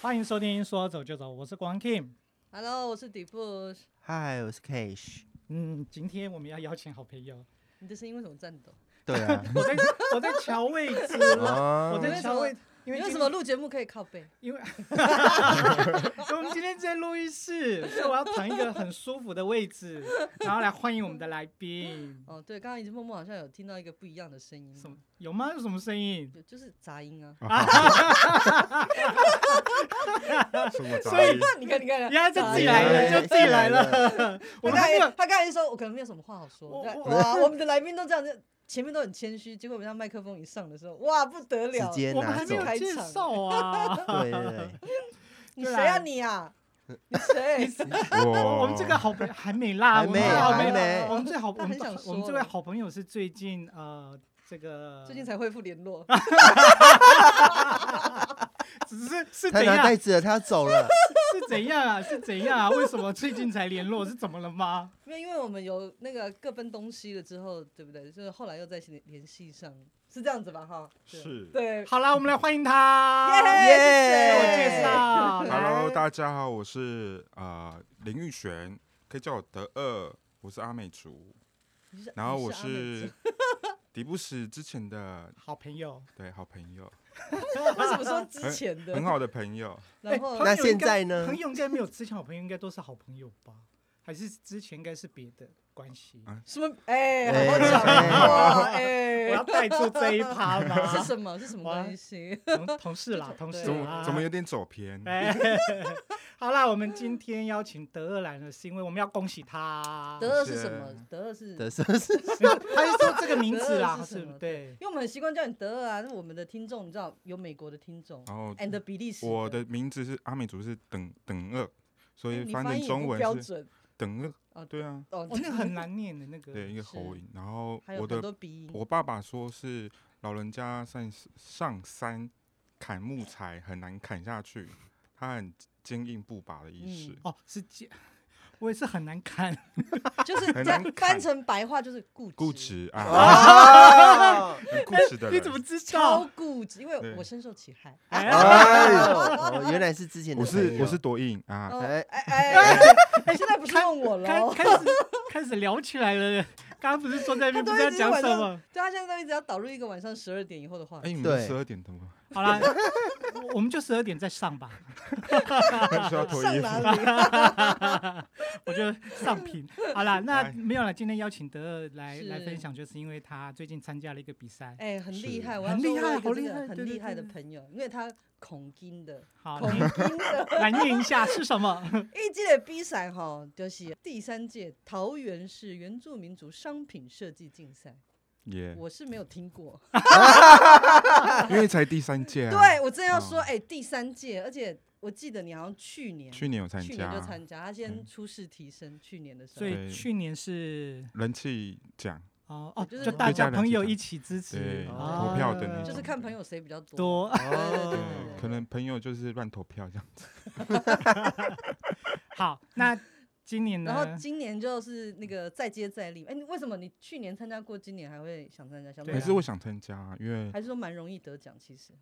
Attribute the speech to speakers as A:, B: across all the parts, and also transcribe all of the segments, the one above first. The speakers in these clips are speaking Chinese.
A: 欢迎收听《说走就走》，我是光 Kim。
B: Hello，我是底部。
C: 嗨，我是 Cash。
A: 嗯，今天我们要邀请好朋友，
B: 你的声音为什么颤抖？
C: 对啊，
A: 我在我在调位置了，我
C: 哦，
A: 在调位，因
B: 你
A: 为
B: 为
A: 今
B: 什么录节目可以靠背？
A: 因为 我们今天在录音室，所以我要腾一个很舒服的位置，然后来欢迎我们的来宾。
B: 哦，对，刚刚已经默默好像有听到一个不一样的声音，
A: 什么有吗？有什么声音？
B: 有就是杂音啊。
C: 什么
A: 所以
B: 你看，你看，
A: 原来就自己来
B: 杂音
A: 了，就自己来
C: 自己
A: 了。我们还
B: 他刚
A: 没
B: 才
A: 有
B: 他刚才说，我可能没有什么话好说。
A: 我
B: 对
A: 我
B: 哇，我们的来宾都这样子，前面都很谦虚，结果人家麦克风一上的时候，哇，不得了！
C: 直接
A: 我们还没
C: 拿走。
A: 有
B: 开
A: 介
B: 场
A: 绍啊。
C: 对对对，
B: 你
A: 对
B: 谁
A: 啊
B: 啊你 啊？你谁？
D: 哇
A: 我们这个好朋友还没啦，
C: 哦还
A: 我们这
C: 没
A: 个好朋
C: 还
A: 友
C: 没
A: 我们最好，我
B: 他
A: 们
B: 很想
A: 我们
B: 说
A: 这位
B: 了
A: 好朋友是最近呃，这个
B: 最近才恢复联络，
A: 啊只是是
C: 他
A: 怎
C: 拿
A: 样
C: 袋子了，他要走了。
A: 是怎样啊？是怎样啊？为什么最近才联络？是怎么了吗？
B: 没有，因为我们有那个各奔东西了之后，对不对？就是后来又在联联系上，是这样子吧？哈，对
D: 是
B: 对，
A: 好啦，我们来欢迎他，
B: 耶
A: 自
B: 耶
A: 我
B: 是谁
A: 介绍。
D: Hello，
A: 来
D: 大家好，我是呃林玉璇，可以叫我德二，我是阿美族，
B: 你是
D: 然后
B: 你
D: 我
B: 阿美族
D: 是迪布史之前的
A: 好朋友，
D: 对好朋友，
B: 为什么说之前的？
D: 哎很好的朋友，
B: 然后
A: 哎
C: 那现在 呢
A: 朋？友应该没有之前好朋友，应该都是好朋友吧？还是之前应该是别的关系？
D: 啊
B: 什么？哎，
C: 哎
B: 好好讲话，哎
A: 我，要带出这一趴
D: 哎
B: 是
A: 吗？
B: 什么？是什么关系？
A: 同同事啦，同事
D: 怎
A: 啦
B: 啊
D: 么怎么有点走偏？
A: 哎， 好啦，我们今天邀请德二来呢，是因为我们要恭喜他。
B: 德二
D: 是
B: 是什么？德二是，
C: 的是不是？
A: 他是说这个名字
B: 德
A: 啦，
B: 二是
A: 是
B: 什么
A: 对
B: 因。为我们很习惯叫你德二啊，那我们的听众你知道有美国的听众
D: 然后
B: ，and 比利时，
D: 哦我的名字是阿美族是等等二，所
B: 哎
D: 以
B: 你
D: 翻
B: 译
D: 成
B: 也
D: 中
B: 不
D: 文
B: 标
D: 是
B: 准
D: 等二，
B: 哦
D: 对啊，
B: 哦
A: 哦，那个很难念的那个。
D: 对一个
B: 是
D: 喉音。然后
B: 还有
D: 我
B: 很
D: 的
B: 多鼻音，
D: 我爸爸说是老人家上上山砍木材很难砍下去，他很坚硬不拔的意思。
B: 嗯
A: 哦，是这，我也是很难 看。
B: 就是
D: 很
B: 在
D: 难看
B: 翻成白话就是固
D: 固，执啊，
C: 哦，
D: 很固 执的人。
A: 你怎么知
B: 超
A: 道？
B: 固执，因为
D: 对
B: 我深受其害。
A: 哎
C: 哎呦，哦原来是之前的
D: 我
C: 朋
D: 是
C: 友
D: 我是多硬啊？
B: 哦
C: 哎
B: 哎哎，现在不是用我哦
A: 开
B: 喽。
A: 开始开始聊起来了。刚刚不是说在那边
B: 他
A: 不
B: 都
A: 知道
B: 一直
A: 讲
B: 晚
A: 什
B: 上
A: 么？
B: 对他现在都一直要导入一个晚上十二点以后的话
D: 哎，
B: 题。
D: 你们
C: 对
D: 十二点 的吗？
A: 好啦，我我们就十二点再上吧。
D: 需要脱
B: 上
D: 衣服？
B: 哪里？
A: 我觉得上品。好啦，那
D: 哎
A: 没有了。今天邀请德二来
B: 是
A: 来分享，就是因为他最近参加了一个比赛。
B: 哎，很厉害，
D: 是
B: 我要
A: 很
B: 说
A: 厉害
B: 我有一个
A: 好厉害
B: 这个
A: 对
B: 很
A: 对
B: 厉害的
A: 对
B: 朋友，因为他恐惊的，
A: 好，
B: 恐
A: 你
B: 惊的。
A: 来念一下是什么？
B: 一届的比赛哈，就是第三届桃园市原住民族商品设计竞赛，
D: 耶，
B: 我是没有听过。
D: 因为才第三届啊。
B: 对，我真要说，
D: 哦
B: 哎，第三届，而且我记得你好像去年，
D: 去年有参
B: 去年就
D: 加
B: 参加，他先
D: 嗯
B: 初试提升，去年的时
A: 所
B: 候。
A: 以去年是
D: 人气奖，
A: 哦哦，
B: 就是
A: 就大家朋友一起支
D: 对
A: 持，
B: 投
D: 票的那
A: 哦
D: 种
B: 就是看朋友谁比较多。
A: 多。
B: 对
D: 对，可能朋友就是乱投票这样子。
A: 好，那今年
B: 然后
A: 呢？
B: 今年就是那个再接再厉。哎，你为什么你去年参加过，今年还会想参加？想
A: 对啊
D: 可是我想参加啊，因为
B: 还是说蛮容易得奖，其实。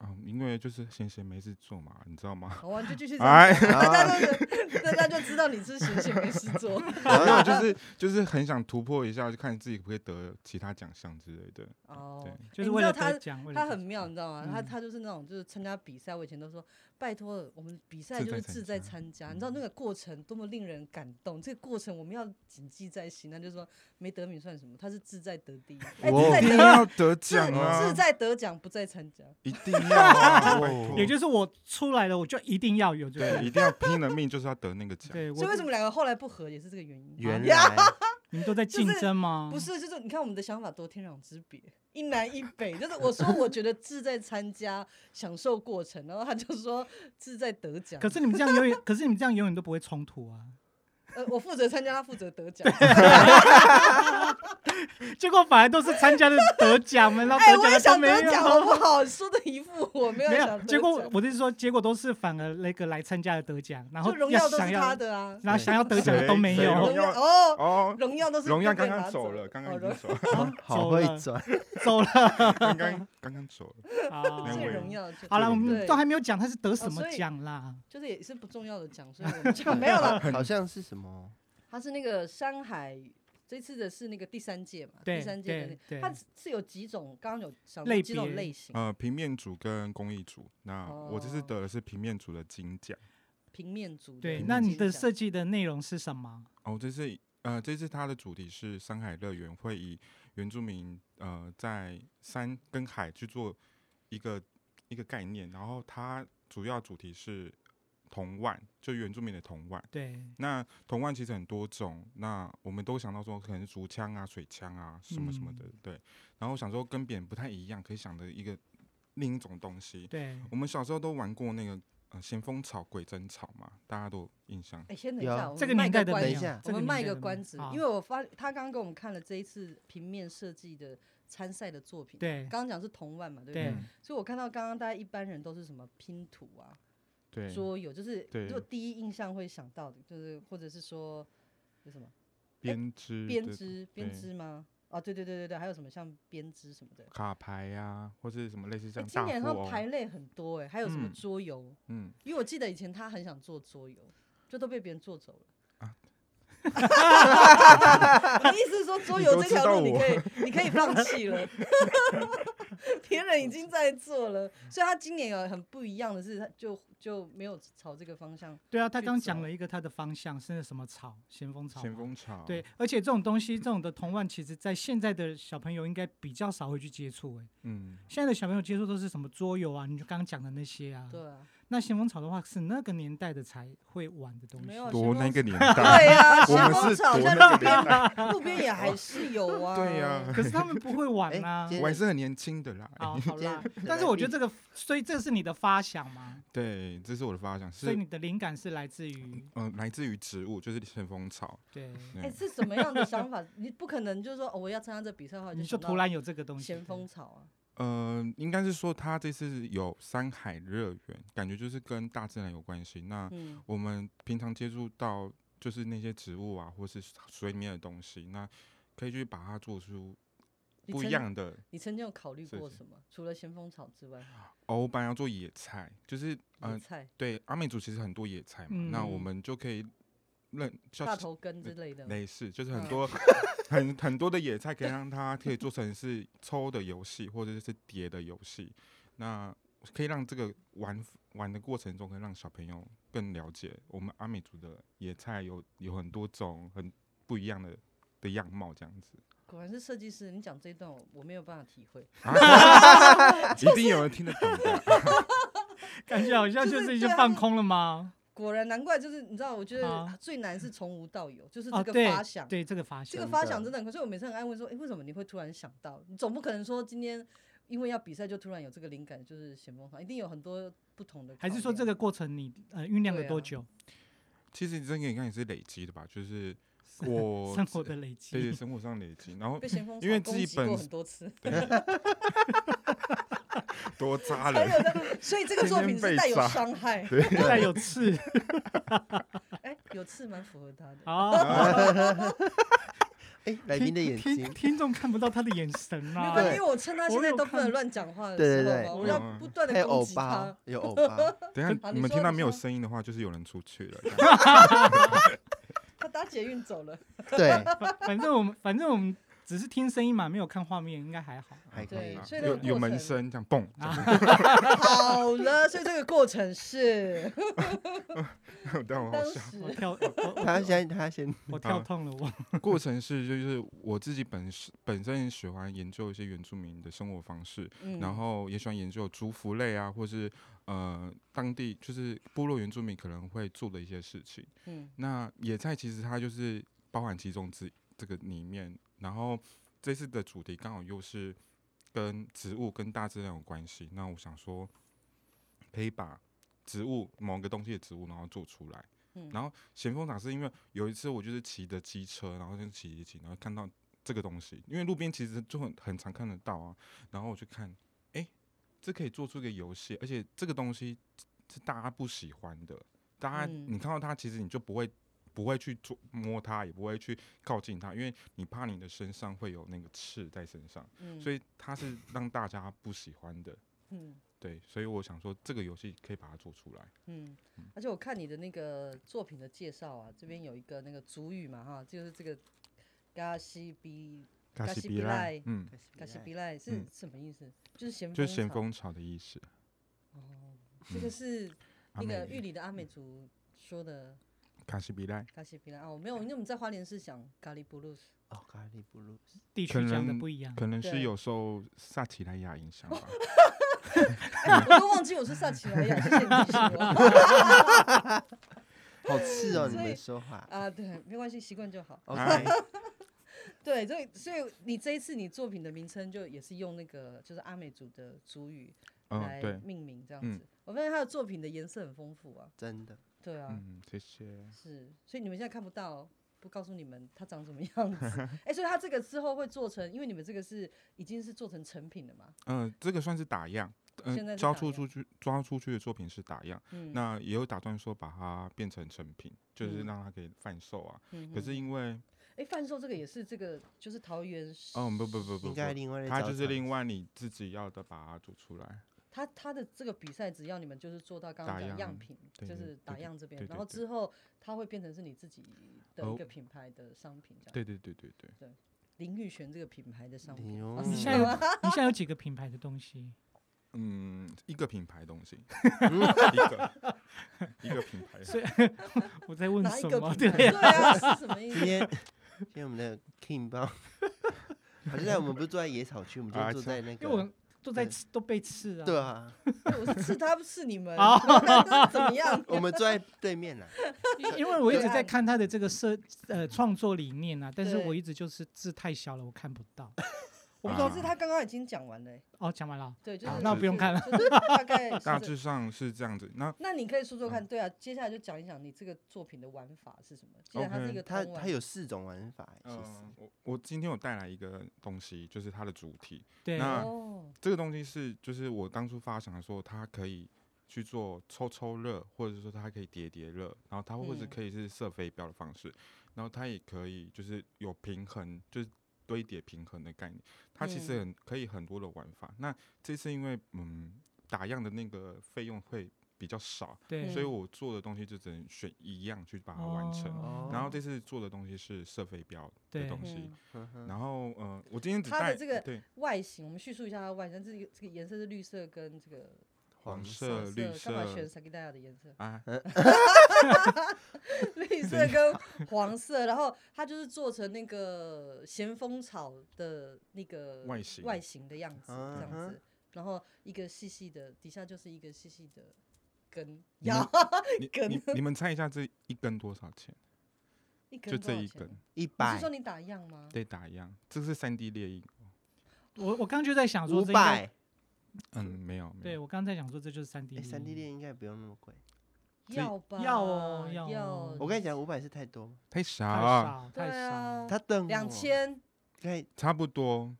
D: 嗯，因为就是闲闲没事做嘛，你知道吗？
B: 好啊，你就继续
D: 哎
B: 参加，大家都是大家就知道你是闲闲没事 做。
D: 没有，就是就是很想突破一下，就看自己可不可以得其他奖项之类的。
B: 哦
D: 对，
A: 就是
B: 哎你
A: 为
B: 知道
A: 了
B: 他
A: 得奖，为了
B: 他
A: 得
B: 很
A: 奖
B: 妙，你知道吗？他
A: 嗯
B: 他就是那种就是参加比赛，我以前都说拜托我们比赛
D: 志
B: 就是
D: 在
B: 志
D: 参
B: 在
D: 加
B: 参加，你知道那个过程多么令人感动，这个过程我们要谨记在心。那就是说没得名算什么，他是志在得第一，哎，
C: 哇
B: 志在
D: 一定
B: 得
D: 要得
B: 志
D: 奖啊！
B: 志在得奖，不在参加。
D: 一定 要啊，拜
C: 哦
D: 托
A: 也就是我出来了，我就一定要有这
D: 对，
A: 个。
D: 一定要拼了命就是要得那个奖。
A: 对，
B: 所以
A: 我
B: 为什么两个后来不合也是这个原因。啊
C: 原来
A: 你们都在竞争吗？
B: 不，是，就是你看我们的想法多天壤之别，一南一北。就是我说，我觉得志在参加，享受过程，然后他就说志在得奖。
A: 可是你们这样永远，可是你们这样永远都不会冲突啊。
B: 呃，我负责参加，他负责得奖。
A: 结果反而都是参加的得奖们，然后
B: 哎，
A: 得奖
B: 我也
A: 的都
B: 想
A: 没
B: 得 奖好
A: 有。
B: 不好？说的一副我没有
A: 没
B: 想
A: 有，
B: 得
A: 结果
B: 奖
A: 我的意思说，结果都是反而那个来参加的得奖，然后
B: 就荣
A: 要
B: 耀都
A: 想
B: 是他
A: 要，
B: 的啊，
A: 然后想要得奖的
D: 谁
A: 都没
D: 谁
A: 有
D: 荣，
B: 荣
D: 耀
B: 耀哦，
D: 哦，
B: 荣耀都是
D: 荣耀
B: 被被
D: 刚
B: 拿
D: 刚走
B: 了
D: 了，刚刚
B: 哦
D: 已
B: 荣
D: 经走了，
C: 好会转，
A: 走了。
D: 刚刚刚刚走了。
A: 啊
D: 两
B: 最
D: 位
B: 荣耀就
A: 好了，
D: 最
A: 我
D: 荣
A: 们
B: 耀
A: 都还没有讲他是得什
B: 哦
A: 么
B: 所以
A: 奖啦。
B: 就是也是不重要的奖，所以我 们就没有了。
C: 好像是什么？
B: 他是那个山海，这次的是那个第三届嘛，
A: 对
B: 第三届的
A: 对对
B: 那，它是是有几种，刚刚有想
A: 类
B: 到几种
A: 别
B: 类型，
D: 呃，平面组跟工艺组，那我这次
B: 哦
D: 得的是平面组的金奖。
B: 平面组的
A: 对，
D: 嗯
B: 金
A: 那你的
B: 奖
A: 设计的内容是什么？
D: 哦，这次呃，这次它的主题是山海乐园，会以原住民呃在山跟海去做一个一个概念，然后它主要主题是同腕，就原住民的同腕。
A: 对，
D: 那铜腕其实很多种，那我们都想到说可能是竹枪啊、水枪啊什么什么的，
A: 嗯
D: 对。然后想说跟别人不太一样，可以想的一个另一种东西。
A: 对，
D: 我们小时候都玩过那个呃咸丰草、鬼针草嘛，大家都有印象。
B: 哎，先等一
C: 有
B: 下，我
A: 这个
B: 们卖
A: 年代的没
B: 关
C: 等
A: 有
C: 一
B: 子
C: 下
A: 这
B: 我们
A: 年
B: 卖
A: 代
B: 个
A: 的没
B: 关
A: 有啊
B: 子
A: 好，
B: 因为我发他刚刚给我们看了这一次平面设计的参赛的作品，
A: 对
B: 刚刚讲是铜腕嘛，对不
A: 对
B: 对？所以我看到刚刚大家一般人都是什么拼图啊、
D: 对
B: 桌游，就是
D: 对
B: 如果第一印象会想到的，就是或者是说有什么
D: 编织、
B: 编织、编
D: 对
B: 织吗？哦，对对对对对，还有什么像编织什么的。
D: 卡牌呀、或是什么类似
B: 哎，
D: 像
B: 今
D: 大
B: 年
D: 富
B: 它
D: 翁，
B: 牌类很多哎，还有什么
D: 嗯
B: 桌游？
D: 嗯，
B: 因为我记得以前他很想做桌游，就都被别人做走了
D: 啊。
B: 你的意思是说桌游这条路你可以你可以放弃了？ 别人已经在做了，所以他今年有很不一样的是，他就就没有朝这个方向。
A: 对啊，他
B: 去
A: 刚
B: 找
A: 讲了一个他的方向是什么草，咸丰草吗，
D: 咸丰草，
A: 对，，而且这种东西，这种的同腕，其实在现在的小朋友应该比较少会去接触、欸。
D: 嗯，
A: 现在的小朋友接触都是什么桌游啊，你就刚刚讲的那些啊。
B: 对啊，
A: 那咸丰草的话，是那个年代的才会玩的东西。
B: 没有
D: 多
B: 咸丰
D: 那个年
B: 对
D: 代，
B: 呀，
D: 我
B: 咸
D: 们
B: 丰
D: 是
B: 草
D: 多
B: 现在
D: 那
B: 路
D: 个年代，
B: 边路边也还是 有啊。
D: 对呀、
A: 可是他们不会玩啊。
C: 哎
D: 我还是很年轻的啦。
A: 好
C: 今
A: 好
C: 天
A: 啦，但是我觉得这个，所以这是你的发想嘛，
D: 对，这是我的发想，
A: 所
D: 是
A: 以你的灵感是来自于
D: 嗯、来自于植物，就是咸丰草。
A: 对，
D: 对
B: 哎，是什么样的想法？你不可能就是说哦我要参加这比赛的话，
A: 你就
B: 想到
A: 突然有这个东西。
B: 咸丰草啊。
D: 呃，应该是说它这次有山海乐园，感觉就是跟大自然有关系。那
B: 嗯，
D: 我们平常接触到就是那些植物啊，或是水里面的东西，那可以去把它做出
B: 你
D: 不一
B: 曾
D: 样的。
B: 你曾经有考虑
D: 是
B: 过
D: 是
B: 什么？除了咸丰草之外，
D: 哦，我本来要做野菜，就是
B: 野
D: 嗯、
B: 菜、
D: 对，阿美族其实很多野菜嘛，那我
B: 嗯
D: 们就可以认像
B: 大
D: 是
B: 头根之类的吗。
D: 类似，就是很
B: 嗯
D: 多、很很多的野菜，可以让它可以做成是抽的游戏，或者是叠的游戏。那可以让这个玩玩的过程中，可以让小朋友更了解我们阿美族的野菜有有很多种很不一样的的样貌，这样子。
B: 果然是设计师，你讲这一段我我没有办法体会。
D: 啊、一定有人听得懂的。
A: 感觉好像
B: 就
A: 就
B: 是
A: 是已
B: 对
A: 经
B: 啊
A: 放
B: 就
A: 空了吗？
B: 果然难怪，就是你知道，我觉
A: 啊
B: 得最难是从无到有，就是
A: 哦，
B: 这个
A: 对
B: 发想。
A: 对，这个发
B: 这
A: 想
B: 个
C: 真
B: 发
C: 的
B: 想真的很，可是我每次很爱问说，哎，为什么你会突然想到？你总不可能说今天因为要比赛就突然有这个灵感，就是咸丰草，一定有很多不同的考
A: 还
B: 量。
A: 是说这个过程你呃酝酿了
B: 对啊
A: 多久？
D: 其实这个应该也是累积的吧，就是我
A: 生活的累积。
D: 对 对生活上累积，然后
B: 被咸丰草
D: 因为自
B: 攻
D: 己
B: 击过
D: 本
B: 很多次，
D: 多扎
B: 还
D: 人。
B: 有的，所以这个
D: 天
B: 作
D: 天
B: 品是
D: 被
B: 带有
D: 炸
B: 伤害。
A: 带有刺
B: 哎，有刺蛮符合他的。
A: 啊！
C: 哎，来宾的眼
A: 听
C: 睛
A: 听听众看不到他的眼神
B: 没
A: 啊。
B: 关系，
C: 对
B: 因为我趁他现在都不能乱讲话的时
C: 对对对
B: 候嘛，我
D: 嗯
B: 要不断
C: 还
B: 的
C: 有
B: 攻
C: 欧
B: 击他
C: 巴。，有欧巴，
D: 等一
B: 好
D: 下
B: 你
D: 你
B: 说
D: 们听到
B: 你
D: 没有
B: 说
D: 声音的话，就是有人出去了。
B: 他搭捷运走 了，
C: 对，
A: 反反正我们反正我们只是听声音嘛，没有看画面，应该还好。啊
C: 还可
B: 对
C: 以，
B: 所以那
D: 啊有
B: 个
D: 有
B: 过
D: 门
B: 程啊
D: 声这样蹦，
B: 好了，所以这个过程是
D: 但
B: 当
D: 我好笑。
A: 我
B: 时
A: 跳我我
C: 他先他先
A: 我跳痛了，我
D: 过程是就是我自己本身本身喜欢研究一些原住民的生活方式，
B: 嗯
D: 然后也喜欢研究族服类啊，或是呃当地就是部落原住民可能会做的一些事情。
B: 嗯
D: 那野菜其实它就是包含其中之这个里面，然后这次的主题刚好又是跟植物跟大自然有关系，那我想说可以把植物某个东西的植物然后做出来，
B: 嗯
D: 然后咸丰塔是因为有一次我就是骑着机车，然后就骑一骑，然后看到这个东西，因为路边其实就很很常看得到啊。然后我去看，哎、这可以做出一个游戏，而且这个东西是大家不喜欢的，大家、
B: 嗯
D: 你看到它，其实你就不会不会去捉摸它，也不会去靠近它，因为你怕你的身上会有那个刺在身上，
B: 嗯，
D: 所
B: 以
D: 以它是让大家不喜欢的。
B: 嗯
D: 对，所以我想说，这个游戏可以把它做出来。
B: 嗯，而且我看你的那个作品的介绍啊，这边有一个那个主语嘛哈，就是这个嘎西比嘎西比赖
D: 嗯，
B: 嘎西比赖是
D: 嗯
B: 什么意思？就是咸
D: 就是咸
B: 草
D: 丰草的意思。
B: 哦，这个是那
D: 阿
B: 个
D: 美嗯
B: 玉里的阿美族说的
D: 卡西比赖，
B: 咖西比拉啊，我没有，因为我们在花莲是讲咖喱布鲁斯，
C: 哦，咖喱布鲁斯，
A: 地
D: 可
A: 区讲的
D: 能
A: 不一样。
D: 可能是
B: 对
D: 有受萨奇莱雅影 响吧。
B: 我都忘记我是萨奇莱雅，谢谢你提醒 我
C: 好刺哦，你
B: 所以
C: 们 说话。哦
B: 啊，对，没关系，习惯就好。
C: OK，
B: 对，所以所以你这一次你作品的名称就也是用那个就是阿美族的族语
D: 嗯，
B: 来
D: 对，
B: 命名这样
D: 嗯
B: 子，我发现他的作品的颜色很丰富啊，
C: 真的，
B: 对啊，
D: 嗯，谢谢。
B: 是，所以你们现在看不到，不告诉你们它长什么样子。 哎、所以它这个之后会做成，因为你们这个是已经是做成成品了嘛？
D: 嗯，这个算是打样。
B: 现在
D: 嗯，
B: 是
D: 交
B: 打
D: 出
B: 样
D: 出去抓出去的作品是打样，
B: 嗯，
D: 那也有打算说把它变成成品，就是
B: 嗯
D: 让它可以贩售啊。
B: 嗯
D: 可是
B: 哼
D: 因为
B: 哎，贩售这个也是这个就是桃园，
D: 哦，不不不不
C: 应
D: 不，
C: 该另外
D: 它就是另外你自己要的把它做出来。
B: 他他的这个比赛只要你们就是做到刚刚
D: 打
B: 讲的
D: 样
B: 样品，
D: 对
B: 就
D: 对
B: 是打
D: 对
B: 样这边
D: 对，
B: 然
D: 对
B: 后
D: 对
B: 之后它会变成是你自己的一
D: 哦
B: 个品牌的商品，这样。
D: 对对对对对，
B: 林玉璇这个品牌的商品，啊
C: 哦
A: 你现在有你现在有几个品牌的东西？
D: 嗯，一个品牌东 西，一个一个品牌，
A: 所以我在问
B: 哪一
A: 什
B: 个
A: 么？
B: 品
A: 对
B: 牌？ 对啊，是什么意
C: 今
B: 思？
C: 天今天我们的 King 帮，好像我们不是住在野草区，我们
D: 啊
C: 就住在那
A: 因为
C: 个
A: 我，都在吃，都被刺啊。
C: 对啊，
B: 对我是刺他，不刺你 们，
A: 哦
B: 怎么样？
D: 哦
C: 我们住在对面啦。
A: 因因为我一直
B: 对啊
A: 在看他的这个设呃创作理念啊，但是
B: 对
A: 我一直就是字太小了，我看不到。我不知道
D: 啊
B: 可是他刚刚已经讲完了欸、
A: 哦，讲完了。
B: 对，就
D: 啊
B: 是
D: 那我
A: 不用看了，
B: 就是大 概是
D: 大
B: 这
D: 致上是这样子。那
B: 那你可以说说看，对啊，接下来就讲一讲你这个作品的玩法是什么。既然它是一
D: OK
B: 个
C: 它
B: 通
C: 它
B: 玩，
C: 有四种玩法欸，其实
D: 嗯，我我今天有带来一个东西，就是它的主题。
A: 对，
D: 那
B: 哦，
D: 这个东西是，就是我当初发想的时候，它可以去做抽抽乐，或者说它可以叠叠乐，然后它或者
B: 嗯
D: 可以是射飞镖的方式，然后它也可以就是有平衡，就是堆叠平衡的概念。它其实
B: 嗯
D: 很可以很多的玩法。那这次因为嗯打样的那个费用会比较少，
A: 对，
D: 所以
B: 嗯
D: 我做的东西就只能选一样去把它啊完成。
A: 哦
D: 然后这次做的东西是射飞镖的
A: 对
D: 东西，
B: 嗯，
C: 嗯哼
D: 然后呃，我今天只
B: 它的
D: 带
B: 这个
D: 对
B: 外形我们叙述一下它的外形，这个这个颜色是绿色跟这个
C: 黄
D: 色、
B: 黄
D: 绿
B: 干嘛选
D: 色
B: s a g i d a 的颜色？
D: 啊，
B: 绿色跟黄色，然后它就是做成那个咸丰草的那个
D: 外形
B: 外形的样子，这样
C: 嗯
B: 子
C: 哼。
B: 然后一个细细的，底下就是一个细细的根，
D: 你
B: 呀，
D: 你
B: 根
D: 你你们猜一下这一根多少钱？
B: 一根
D: 就
B: 多
D: 这
B: 少
D: 一
B: 钱
D: 根
B: 啊，
C: 一
B: 你是
C: 百
B: 说你打样吗？
D: 对，打一样，这是三 D 猎鹰。
A: 我我刚就在想说
C: 五
A: 这应该，
C: 百，
D: 嗯，没有，没
A: 对
D: 有，
A: 我刚在想说这就是三 D
C: 哎，三 D
A: 电
C: 店应该不用那么贵。
D: 所以
B: 要吧，
A: 要哦
B: 要
A: 要
B: 嗯
A: 哦
C: 我跟你讲，五百是太多，
D: 太少
A: 太
D: 了，
A: 少
B: 对
A: 太
B: 啊
A: 少，
C: 他等
B: 两
C: 我，
B: 千，
C: 对，
D: 差不多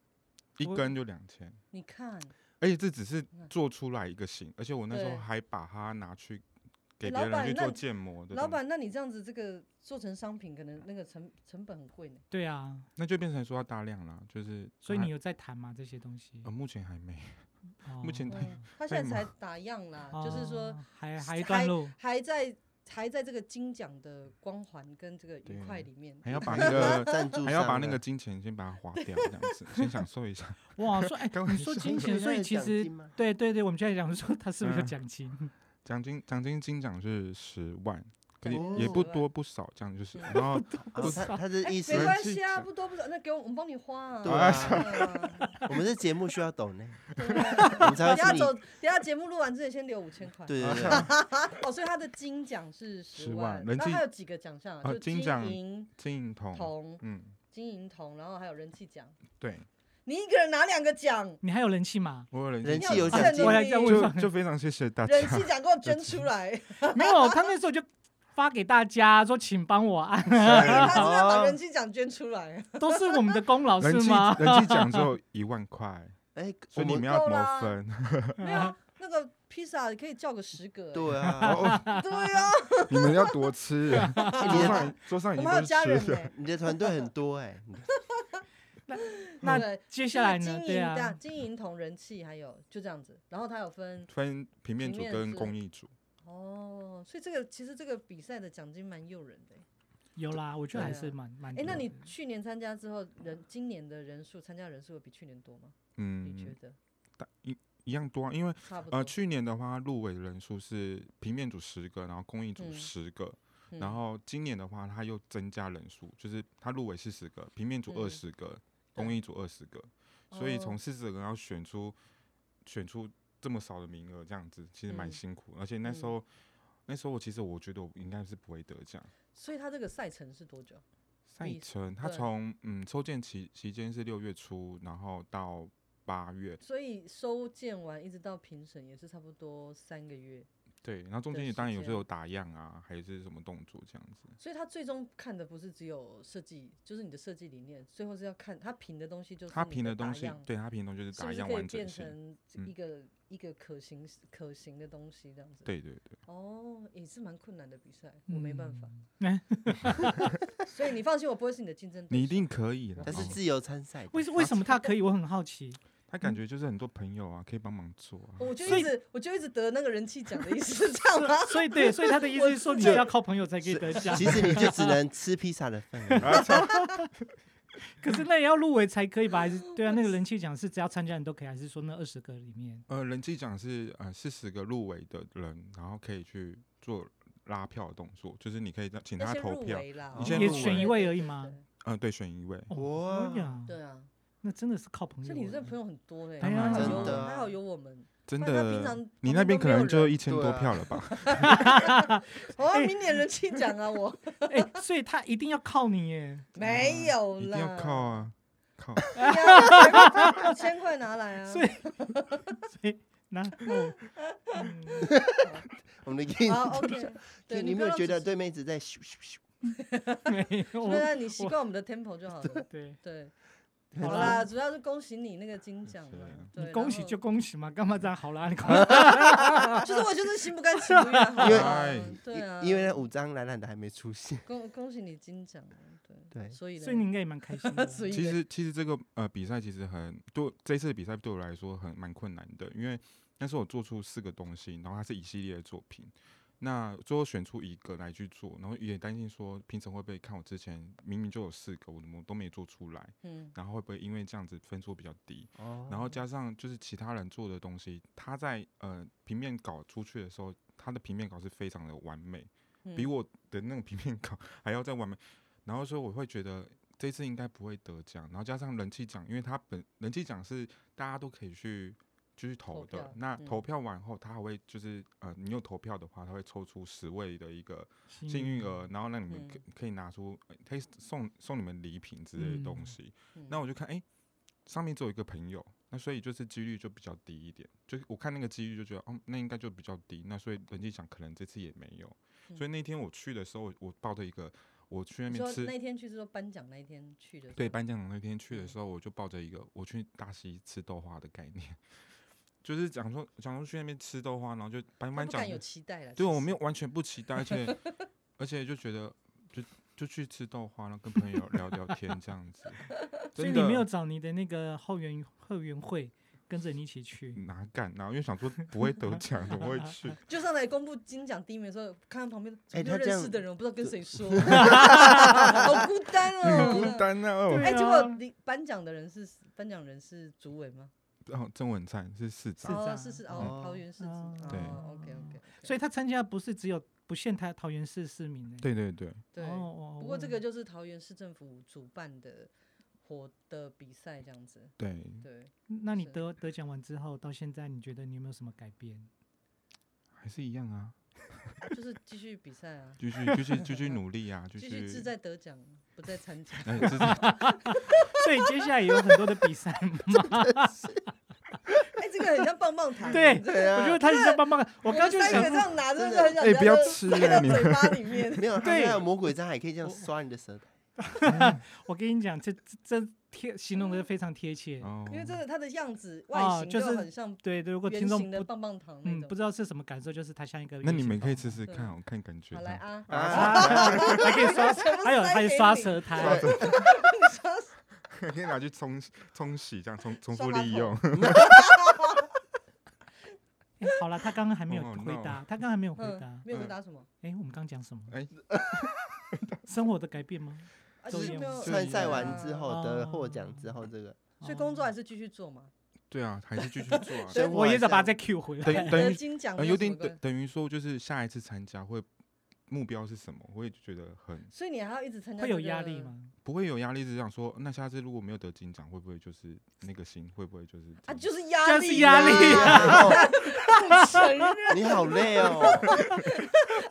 D: 一
A: 我
D: 根就两千，
B: 你看
D: 而且这只是
B: 嗯
D: 做出来一个型，而且我那时
B: 对
D: 候还把它拿去给
B: 哎
D: 别
B: 老
D: 人
B: 板
D: 去
B: 那
D: 做
B: 你
D: 建模的。
B: 老，板，那你这样子这个做成商品，可能那个成成本很贵呢。
A: 对啊，
D: 那就变成说要大量了，就是
A: 所以
D: 它
A: 你有在谈吗？这些东西
D: 呃，目前还没，
A: 哦
D: 目前
B: 嗯， 他现在才打样啦，就是说
A: 哦还还一段路，
B: 还在还在这个金奖的光环跟这个愉
D: 对
B: 快里面。
D: 还要把 那个
C: 赞助
D: 还要
C: 商
D: 把那
C: 啊
D: 个金钱先把它划掉，这样子先享受一下。
A: 哇， 说哎
D: 开，玩
A: 你说
D: 笑
A: 金钱，所以其
C: 奖
A: 实
C: 金吗
A: 对对对，我们就在讲说他是不是有
D: 嗯
A: 奖金？
D: 奖金奖金金奖是十万，可是
C: 哦
D: 也不多不少，这样就是。然 后
C: 哦，他他是
B: 哎
C: 意
B: 没
C: 思，
B: 关系啊，不多不少，那给我我们帮你花啊。
C: 对 啊
B: 啊
C: 我们这节目需要懂呢，
B: 对啊
C: 我们才
B: 等
C: 会
B: 下
C: 请
B: 走，
C: 你。
B: 等下节目录完之前先留五千块。
C: 对对对，
B: 哦，所以他的金奖是十
D: 10
B: 万
D: 万，
B: 那
D: 人气
B: 还有几个奖项啊？
D: 啊
B: 就
D: 金奖
B: 银
D: 金银铜，
B: 铜、
D: 嗯，
B: 金银铜，然后还有人气奖。
D: 对，
B: 你一个人拿两个奖，
A: 你还有人气 吗？
D: 我有人
C: 人
B: 你
D: 气
B: 要
C: 气有
B: 趁
C: 奖金
A: 我
B: 努
A: 还
B: 力
A: 在问
D: 啊就就非常谢谢大家
B: 人。气奖给我捐出来。
A: 没有，他那时候就发给大家，说请帮我按，
B: 他
D: 是
B: 是要
C: 哦
B: 把人气奖捐出来，
A: 都是我们的功劳是
D: 人气
A: 吗？
D: 人气奖 只有一万块，
C: 哎，我
D: 所以你们
C: 们
D: 要
B: 够
D: 怎么
B: 啦
D: 分？
B: 没有啊那个披萨可以叫个十个、欸，
C: 对
D: 哦
C: 啊，
D: 哦，
B: 对 啊，
D: 你们要多吃，
C: 你
D: 桌
C: 的
D: 上桌
B: 哎
D: 上
B: 我
D: 已经
B: 们还
D: 都
B: 有
D: 是
B: 家
D: 吃
B: 人呢、
D: 的。
B: 欸，
C: 你的团队很多哎，
A: 那
B: 对
A: 接下来
B: 就是
A: 呢？
B: 金
A: 对
B: 银
A: 啊
B: 的，金银铜人气还有就这样子，然后它有分
D: 分平面
B: 平
D: 组
B: 面
D: 跟
B: 组
D: 公益组，
B: 哦，所以这个其实这个比赛的奖金蛮诱人的欸、
A: 有啦，我觉得还
B: 对
A: 是
B: 啊
A: 蛮蛮
B: 哎、
A: 多的。
B: 那你去年参加之后，人今年的人数参加人数有比去年多吗？你觉
D: 嗯，
B: 得
D: 大一一样多啊，因为
B: 差不多？嗯
D: 呃去年的话入围的人数是平面组十个，然后公益组
B: 嗯
D: 十个，
B: 嗯
D: 然后今年的话它又增加人数，就是它入围四十个，平面组
B: 嗯哦
D: 二十个，公益组二十个，所以从四十个人要选出选出这么少的名额，这样子其实蛮
B: 嗯
D: 辛苦，而且那时
B: 嗯
D: 候。那时候我其实我觉得我应该是不会得奖，
B: 所以它这个赛程是多久？
D: 赛
B: 比
D: 程，它
B: 对
D: 从嗯抽件期期间是六月初，然后到八月，
B: 所以收件完一直到评审也是差不多三个月，
D: 对，然后中
B: 的
D: 间也
B: 时
D: 当然有时
B: 间
D: 候有打样啊，还是什么动作这样子，
B: 所以他最终看的不是只有设计，就是你的设计理念，最后是要看他评的东西，就是
D: 它
B: 你
D: 评
B: 的
D: 的东
B: 打
D: 西
B: 样，
D: 对它评的东西就是
B: 是
D: 打
B: 不是
D: 样
B: 可以
D: 完整
B: 变
D: 性，
B: 成
D: 嗯
B: 一个、一个可行可行的东西这样子？，
D: 对对对，
B: 哦，也是蛮困难的比赛，我没办法，
A: 嗯
B: 所以你放心，我不会是你的竞争对手。
D: 你一定可以的。
C: 但是
D: 哦
C: 自由参赛的，
A: 为什
D: 啊
A: 为什么他可以？我很好奇。
D: 他感觉就是很多朋友啊，可以帮忙做啊，
B: 我就
A: 所以
B: 一直我就一直得那个人气奖的意思是这样吗？
A: 所以对，所以他的意思是说，你要靠朋友才可以得奖。
C: 其实你 就只能吃披萨的份而已，
D: 啊
A: 可是那也要入围才可以吧？还是对啊，那个人气奖是只要参加人都可以，还是说那二十个里面？
D: 呃，人气奖是呃四十个入围的人，然后可以去做拉票的动作，就是你可以让请
B: 那
D: 他
B: 些
D: 投
B: 入
D: 票，
B: 围啦，哦
D: 你先
A: 也
D: 入
A: 选一
D: 围
A: 位而已啊吗？
D: 嗯，对，选一位，
A: 哦哎呀，
B: 对啊，
A: 那真的是靠朋友
B: 所
A: 欸。
B: 以你这朋友很多嘞，
A: 哎呀
B: 还好有
C: 真的
B: 我
C: 啊
B: 还好有我们。
D: 真
B: 不然他平
D: 的
B: 常，
D: 你
B: 旁
D: 那
B: 边
D: 边
B: 都
D: 可
B: 没有
D: 能就
B: 人
D: 一千
C: 对
D: 多
C: 啊
D: 票了吧？
B: 我要哦明年人气奖啊， 我
A: 哎、所以他一定要靠你耶。
B: 没 有
D: 一定
B: 啦，
D: 要靠啊，靠！
B: 对啊，五千块拿来啊，
A: 所以，所以那那我，嗯，
C: 我们的 King，
B: 好 OK，对，
C: 你有
B: 不要
C: 没有
B: 让
C: 觉得
B: 自己？
C: 对妹子在咻咻咻？
A: 没有。
B: 对啊，你习惯我们的 tempo 就好了。
A: 对，
B: 对，
A: 好
B: 好
A: 啦，
B: 啦，主要是恭喜你那个金奖嘛
D: 是，
B: 对，
A: 你恭喜
B: 然后
A: 就恭喜嘛，干嘛这样？好啦，你
B: 就是我就是心不甘情不愿，好啦
D: 哎
B: 对啊，
C: 因因为那五张懒懒的还没出 现。
B: 恭恭喜你金奖啊，对，
C: 对，
B: 所以 呢。
A: 所以你应该也蛮开心的啊
B: 所以
D: 其
B: 呢
D: 实其实这个呃比赛其实很对我这一次的比赛对我来说很蛮困难的，因为那时候我做出四个东西，然后它是一系列的作品，那最后选出一个来去做，然后也担心说评审会不会看我之前明明就有四个，我怎么都没做出来，
B: 嗯，
D: 然后会不会因为这样子分数比较低，
C: 哦
D: 然后加上就是其他人做的东西，他在呃平面稿出去的时候，他的平面稿是非常的完美，
B: 嗯
D: 比我的那种平面稿 还要再完美。然后所以我会觉得这次应该不会得奖，然后加上人气奖，因为它本人气奖是大家都可以去就是投
B: 投
D: 的
B: 票。
D: 那
B: 嗯
D: 投票完后，他还会就是呃，你有投票的话，他会抽出十位的一个
A: 幸
D: 幸
A: 运
D: 运哦儿，然后让你们可
B: 嗯
D: 可以拿出，呃可以送送你们礼品之类的
A: 嗯。
D: 东西。
B: 嗯
D: 那我就看，哎、上面只有一个朋友，那所以就是几率就比较低一点。就是我看那个几率就觉得，哦，那应该就比较低。那所以人家讲可能这次也没有。所以那天我去的时候，我抱着一个，我去那
B: 嗯你
D: 边
B: 说
D: 吃
B: 那，一天去是说颁奖那一天去的，
D: 对，，颁奖那天去的
B: 嗯
D: 时候，我就抱着一个我去大溪吃豆花的概念， 就是讲说讲说去那边吃豆花，然后就颁
B: 他
D: 颁
B: 不
D: 奖
B: 敢，有期待了，其
D: 对我
B: 实
D: 没有完全不期待，而且而且就觉得就就去吃豆花，然后跟朋友聊聊天 这样子
A: 所以你
D: 真
A: 没
D: 的
A: 有找你的那个后援后援会跟着你一起去。
D: 哪敢啊？因为想说不会得奖，怎么会去？
B: 就上来公布金奖第一名的时候，看看旁边
C: 哎
B: 怎么没有
C: 他这样
B: 认识的人，我不知道跟谁说，好孤单哦，
D: 很孤。单啊！哦
A: 对
B: 哎，
A: 啊
B: 结果你颁奖的人是颁奖人是主委吗？
D: 哦，郑文灿是市长，
A: 长
B: 哦，是是
C: 哦
B: 哦，桃园市长。
A: 哦
D: 对
B: ，OK OK。
A: 所以他参加不是只有不限他桃园市市民呢、
D: 对对对，
B: 对，
A: 哦
B: 不过这个就是桃园市政府主办的活的比赛这样子。
D: 对，
B: 对，
A: 那你
B: 是
A: 得得奖完之后，到现在你觉得你有没有什么改变？
D: 还是一样啊，
B: 就是继续比赛 啊，
D: 继续继续 继续努力啊，继
B: 继续志
D: 续。
B: 在得奖，不再参加。
D: 哎，志在
A: 所以接下来也有很多的比赛嘛。
B: 哎，这个很像棒棒糖。
A: 对
C: 对
A: 我觉
C: 啊
A: 得，他也像棒棒的，我刚就
B: 三
A: 想
B: 个这
A: 说，
B: 样拿，真的很想把
D: 哎
B: 它
D: 不要
B: 就
D: 吃
B: 塞到
D: 啊你
B: 嘴巴里 面。
C: 没有，它
A: 对
C: 那个魔鬼针还可以这样刷你的舌头。
A: 我跟你讲，这这这贴形容的非常贴切。
D: 哦
B: 因为真的，它的样子外
A: 啊
B: 形
A: 就
B: 就是很像
A: 对，对如果
B: 圆
A: 听众
B: 形的
A: 不
B: 棒棒糖
A: 嗯
B: 那
A: 不
B: 种。
A: 知道是什么感受，就是它像一个
D: 那
A: 圆
D: 你
A: 形
D: 们
A: 棒
D: 可以试试
B: 对
D: 看，我哦看感觉
B: 好
D: 这
B: 来
D: 样。
B: 啊，
C: 啊，
A: 啊，还可 以刷，
B: 全部
A: 还有
B: 塞
A: 还有
B: 给
A: 刷
B: 你
A: 舌苔，
D: 可以拿去冲冲洗，这样重重
B: 刷
D: 复
B: 马
D: 利
B: 桶
D: 用。
A: 哎好了，他刚刚还没有
D: 哦
A: 回
D: ，no
A: 答，他刚刚还没有回答。
B: 嗯，没有回
D: 嗯
B: 答什么，
A: 哎，我们刚讲什么？
D: 哎
A: 生活的改变吗？
B: 啊
A: 周
B: 就是
A: 燕
B: 没有
A: 姿
C: 参赛
B: 啊
C: 完之后得了获
A: 哦
C: 奖之后，这个
B: 所以工作还是继续做嘛。
D: 对啊，还是继续做 啊。
C: 生活
A: 我也得把它
C: 还是
A: 再 Q 回来。
D: 等
B: 得
D: 等于
B: 金奖
D: 呃
B: 没
D: 有
B: 什
D: 点
B: 么
D: 等
B: 关，
D: 等于说，就是下一次参加会目标是什么，我也觉得很
B: 所以你还要一直参加。
A: 会有压力？吗？
D: 不会有压力，只想说，那下次如果没有得金奖，会不会就是那个心会不会就是
B: 啊，
D: 这样
B: 就是压力
A: 就
B: 啊，
A: 是压力
C: 啊
B: 不承认，
C: 你好累 哦。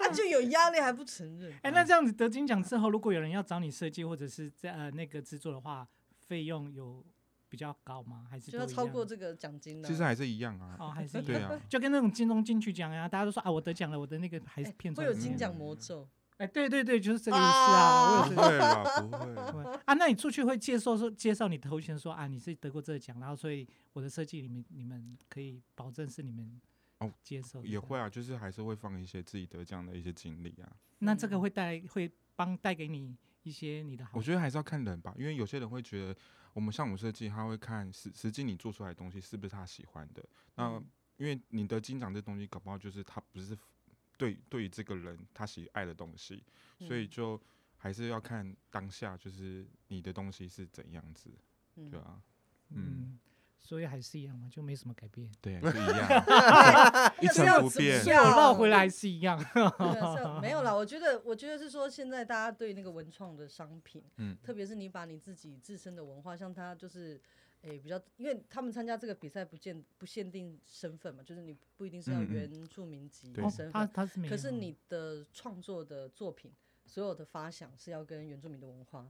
B: 啊就有压力还不承认。
A: 哎，那这样子得金奖之后，如果有人要找你设计或者是在呃那个制作的话，费用有比较高吗？还是
B: 就要
A: 都一
B: 超
A: 样啊
B: 过这个奖金呢、
D: 其实还是一样啊。
A: 哦，还是一
D: 对
A: 样，
D: 啊，
A: 就跟那种金钟金曲奖呀，大家都说啊我得奖了，我的那个还是
B: 哎
A: 片酬
B: 会有
A: 里面
B: 金
D: 嗯
B: 奖魔咒，
A: 哎，对对对，就是这个意思啊，我
D: 不
A: 有这个。
D: 会啦，不会。
A: 对啊，那你出去会介绍说介绍你头衔说啊，你是得过这个奖，然后所以我的设计里面你们可以保证是你们
D: 哦
A: 接受的
D: 也。会啊，就是还是会放一些自己得奖的一些经历啊。
A: 那
B: 嗯
A: 这个会带会帮带给你一些你的好
D: 我，觉得还是要看人吧，因为有些人会觉得我们项目设计，他会看实实际你做出来的东西是不是他喜欢的。那
A: 嗯
D: 因为你的金奖这东西，搞不好就是他不是对对于这个人他喜爱的东西，所以
B: 嗯
D: 就还是要看当下，就是你的东西是怎样子，
B: 嗯
D: 对啊，嗯
A: 嗯，所以还是一样嘛，就没什么改变。
D: 对，是一样， 一成
B: 要
D: 不
B: 怎么
D: 变
A: 所以
B: 对样。
A: 我
B: 啊
A: 绕回来还是一样。
B: 对啊是啊没有啦，我觉得，我觉得是说，现在大家对那个文创的商品，
D: 嗯
B: 特别是你把你自己自身的文化，像他就是，诶、比较，因为他们参加这个比赛不限不限定身份嘛，就是你不一定是要
D: 嗯嗯
B: 原住民籍
D: 对
B: 的身份，
A: 哦他他是没有，
B: 可是你的创作的作品，所有的发想是要跟原住民的文化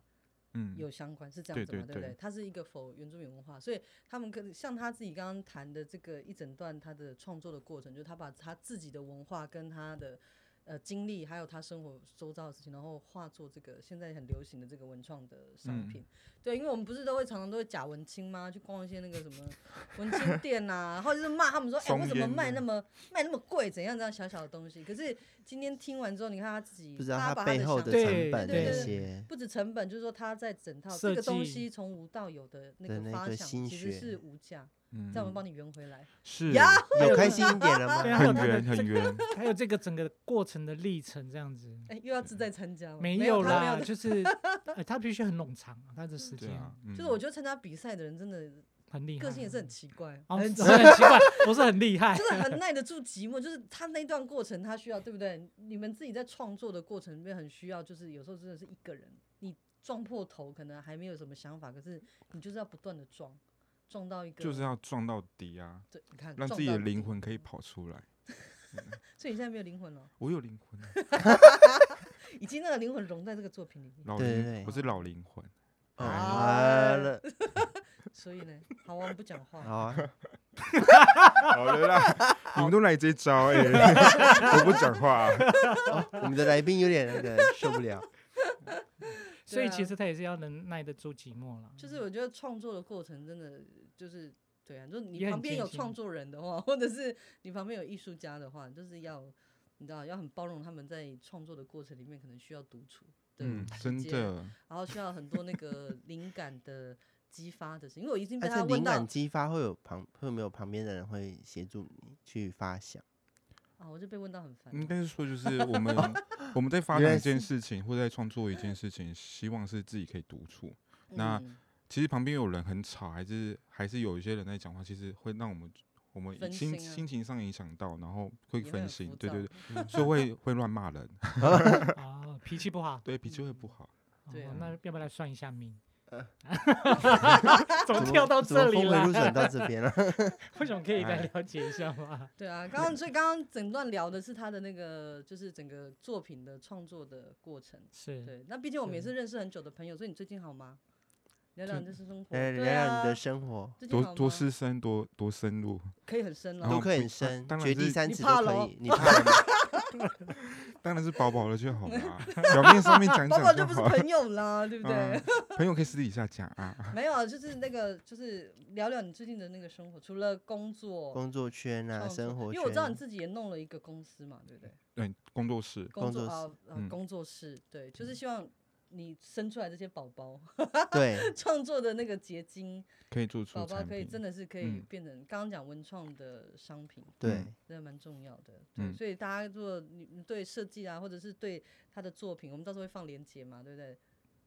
D: 嗯，
B: 有相关，是这
D: 对
B: 样子嘛？
D: 对
B: 对不
D: 对
B: 对？它是一个否原住民文化，所以他们跟像他自己刚刚谈的这个一整段他的创作的过程，就是他把他自己的文化跟他的呃经历，还有他生活周遭的事情，然后化作这个现在很流行的这个文创的商
D: 嗯
B: 品。对，因为我们不是都会常常都会假文青吗？去逛一些那个什么文青店呐、然后就是骂他们说，哎、
D: 松
B: 为什么
D: 烟
B: 卖
D: 的
B: 那么卖那么贵？怎样这样小小的东西？可是今天听完之后，你看他自己，
C: 不知道
B: 他
C: 它
B: 把
C: 背
B: 的
C: 后
B: 想
C: 的
A: 法
C: 成本
B: 对对
C: 那
B: 对
C: 些，
B: 不止成本，就是说他在整套
A: 设
B: 这个东
A: 计
B: 西从无到有的那
C: 的
B: 个
C: 那
B: 发
C: 个
B: 想，
C: 心
B: 其实
C: 血
B: 是无价。
D: 嗯
B: 这样我们
D: 嗯
B: 帮你圆回来。
D: 是
B: 呀
C: 有开心一点了
A: 对
C: 吗？
A: 啊
D: 很
A: 还有
D: 圆
A: 他的
D: 很圆，
A: 还有这个整个过程的历程这 样子。
B: 哎，又要自在参加吗？
A: 没
B: 有
A: 有
B: 他没
A: 啦，
B: 有
A: 就是，呃，他必须很冗长啊，他的时
D: 对
A: 间
D: 啊，嗯
B: 就是我觉得参加比赛的人真的
A: 很厉害，
B: 个性也是很奇怪，啊
A: 哦，啊
B: 很
A: 很
B: 奇
A: 很奇怪，不是很厉害，
B: 就是很耐得住寂寞。就是他那段过程，他需要对不对？你们自己在创作的过程里面很需要，就是有时候真的是一个人，你撞破头可能还没有什么想法，可是你就是要不断的撞，撞到一个
D: 就是要撞到底啊，
B: 对，你看
D: 让
B: 撞
D: 自己
B: 到
D: 的
B: 底
D: 灵魂可以跑出来。
B: 所以你现在没有灵魂了，哦
D: 我有灵魂啊，
B: 已经那个灵魂融在这个作品里面。
D: 老
C: 对对
D: 灵
C: 对
D: 我是老灵 魂。
C: 哦
B: 啊
C: 完了，
B: 所以呢，好，我们不讲话。
C: 好啊，
D: 好
B: 啊
D: 了啦，你们都来这 招哎、我不讲话、啊
C: 哦我们的来宾有点那个受 不了。
A: 所以
B: 对啊
A: 其实他也是要能耐得住寂寞啦。
B: 就是我觉得创作的过程真的就是对啊，就是你
A: 也很
B: 旁边有
A: 艰辛
B: 创作人的话，或者是你旁边有艺术家的话，就是要你知道要很包容他们在创作的过程里面可能需要独处的
D: 嗯，
B: 时
D: 真
B: 间，
D: 的，
B: 然后需要很多那个灵感的激发的事情，因为我已经被
C: 但是
B: 他问
C: 灵
B: 到
C: 感激发会有旁会没有旁边的人会协助你去发想？
B: 啊，我就被问到很烦
D: 应
B: 了。
D: 该是说就是我 们我们在发
C: 原
D: 展
C: 来
D: 一件事情或在创作一件事情，希望是自己可以独处。那
B: 嗯
D: 其实旁边有人很吵，还是还是有一些人在讲话，其实会让我们我们
B: 分
D: 心
B: 心啊
D: 心情上影响到，然后会
B: 也会
D: 分
B: 很
D: 心
B: 浮，
D: 对对
B: 躁
D: 对，所以会会乱骂人，
A: 啊，脾气不好，
D: 对脾气会不好。
B: 对
A: 哦
B: 啊
A: 那要不要来算一下命
C: 呃？
A: 怎么
C: 怎么
A: 跳到
C: 怎么
A: 这里
C: 峰 回
A: 了
C: 路？转 到这边了？
A: 为什么可以来了解一下吗？
B: 对啊，刚刚所以刚刚整段聊的是他的那个，就是整个作品的创作的过程。
A: 是，
B: 对，那毕竟我们也
A: 是
B: 是认识很久的朋友，所以你最近好吗？聊聊你的私生活，
C: 来
B: 对
C: 哎聊聊
B: 啊
C: 你的生活，
B: 最近
D: 多
B: 好
D: 多
B: 吗
D: 失深，多多 深入。
B: 可以很深
D: 然
B: 了
D: 后
C: 都。可以
D: 不啊
C: 很深
D: 当，然
C: 掘第
D: 是
C: 三
B: 你
C: 尺
B: 怕
C: 都可
D: 哦
B: 咯
C: 以。你怕了吗？
D: 当然是薄薄的就好啦， 表面上面讲
B: 宝宝
D: 讲
B: 就不是
D: 好。
B: 朋友啦， 对不对？
D: 嗯朋友可以私底下讲啊。
B: 没有，啊，就是那个，就是聊聊你最近的那个生活，除了工作、
C: 工作圈啊，
B: 创作
C: 生活
B: 哦
C: 圈，
B: 因为我知道你自己也弄了一个公司嘛，对不对？
D: 嗯，工作室
B: 工作
C: 工作
B: 啊，呃
D: 嗯
B: 工作室，对，就是希望你生出来这些宝宝
C: 对，
B: 创作的那个结晶，
D: 可以做出
B: 宝宝
D: 产
B: 可以真
D: 品，
B: 的是可以
D: 嗯
B: 变成刚刚讲文创的商品，
C: 对
D: 嗯，
B: 真的蛮重要的。对，
D: 嗯
B: 所以大家如果你你对设计啊，或者是对他的作品，我们到时候会放链接嘛，对不对？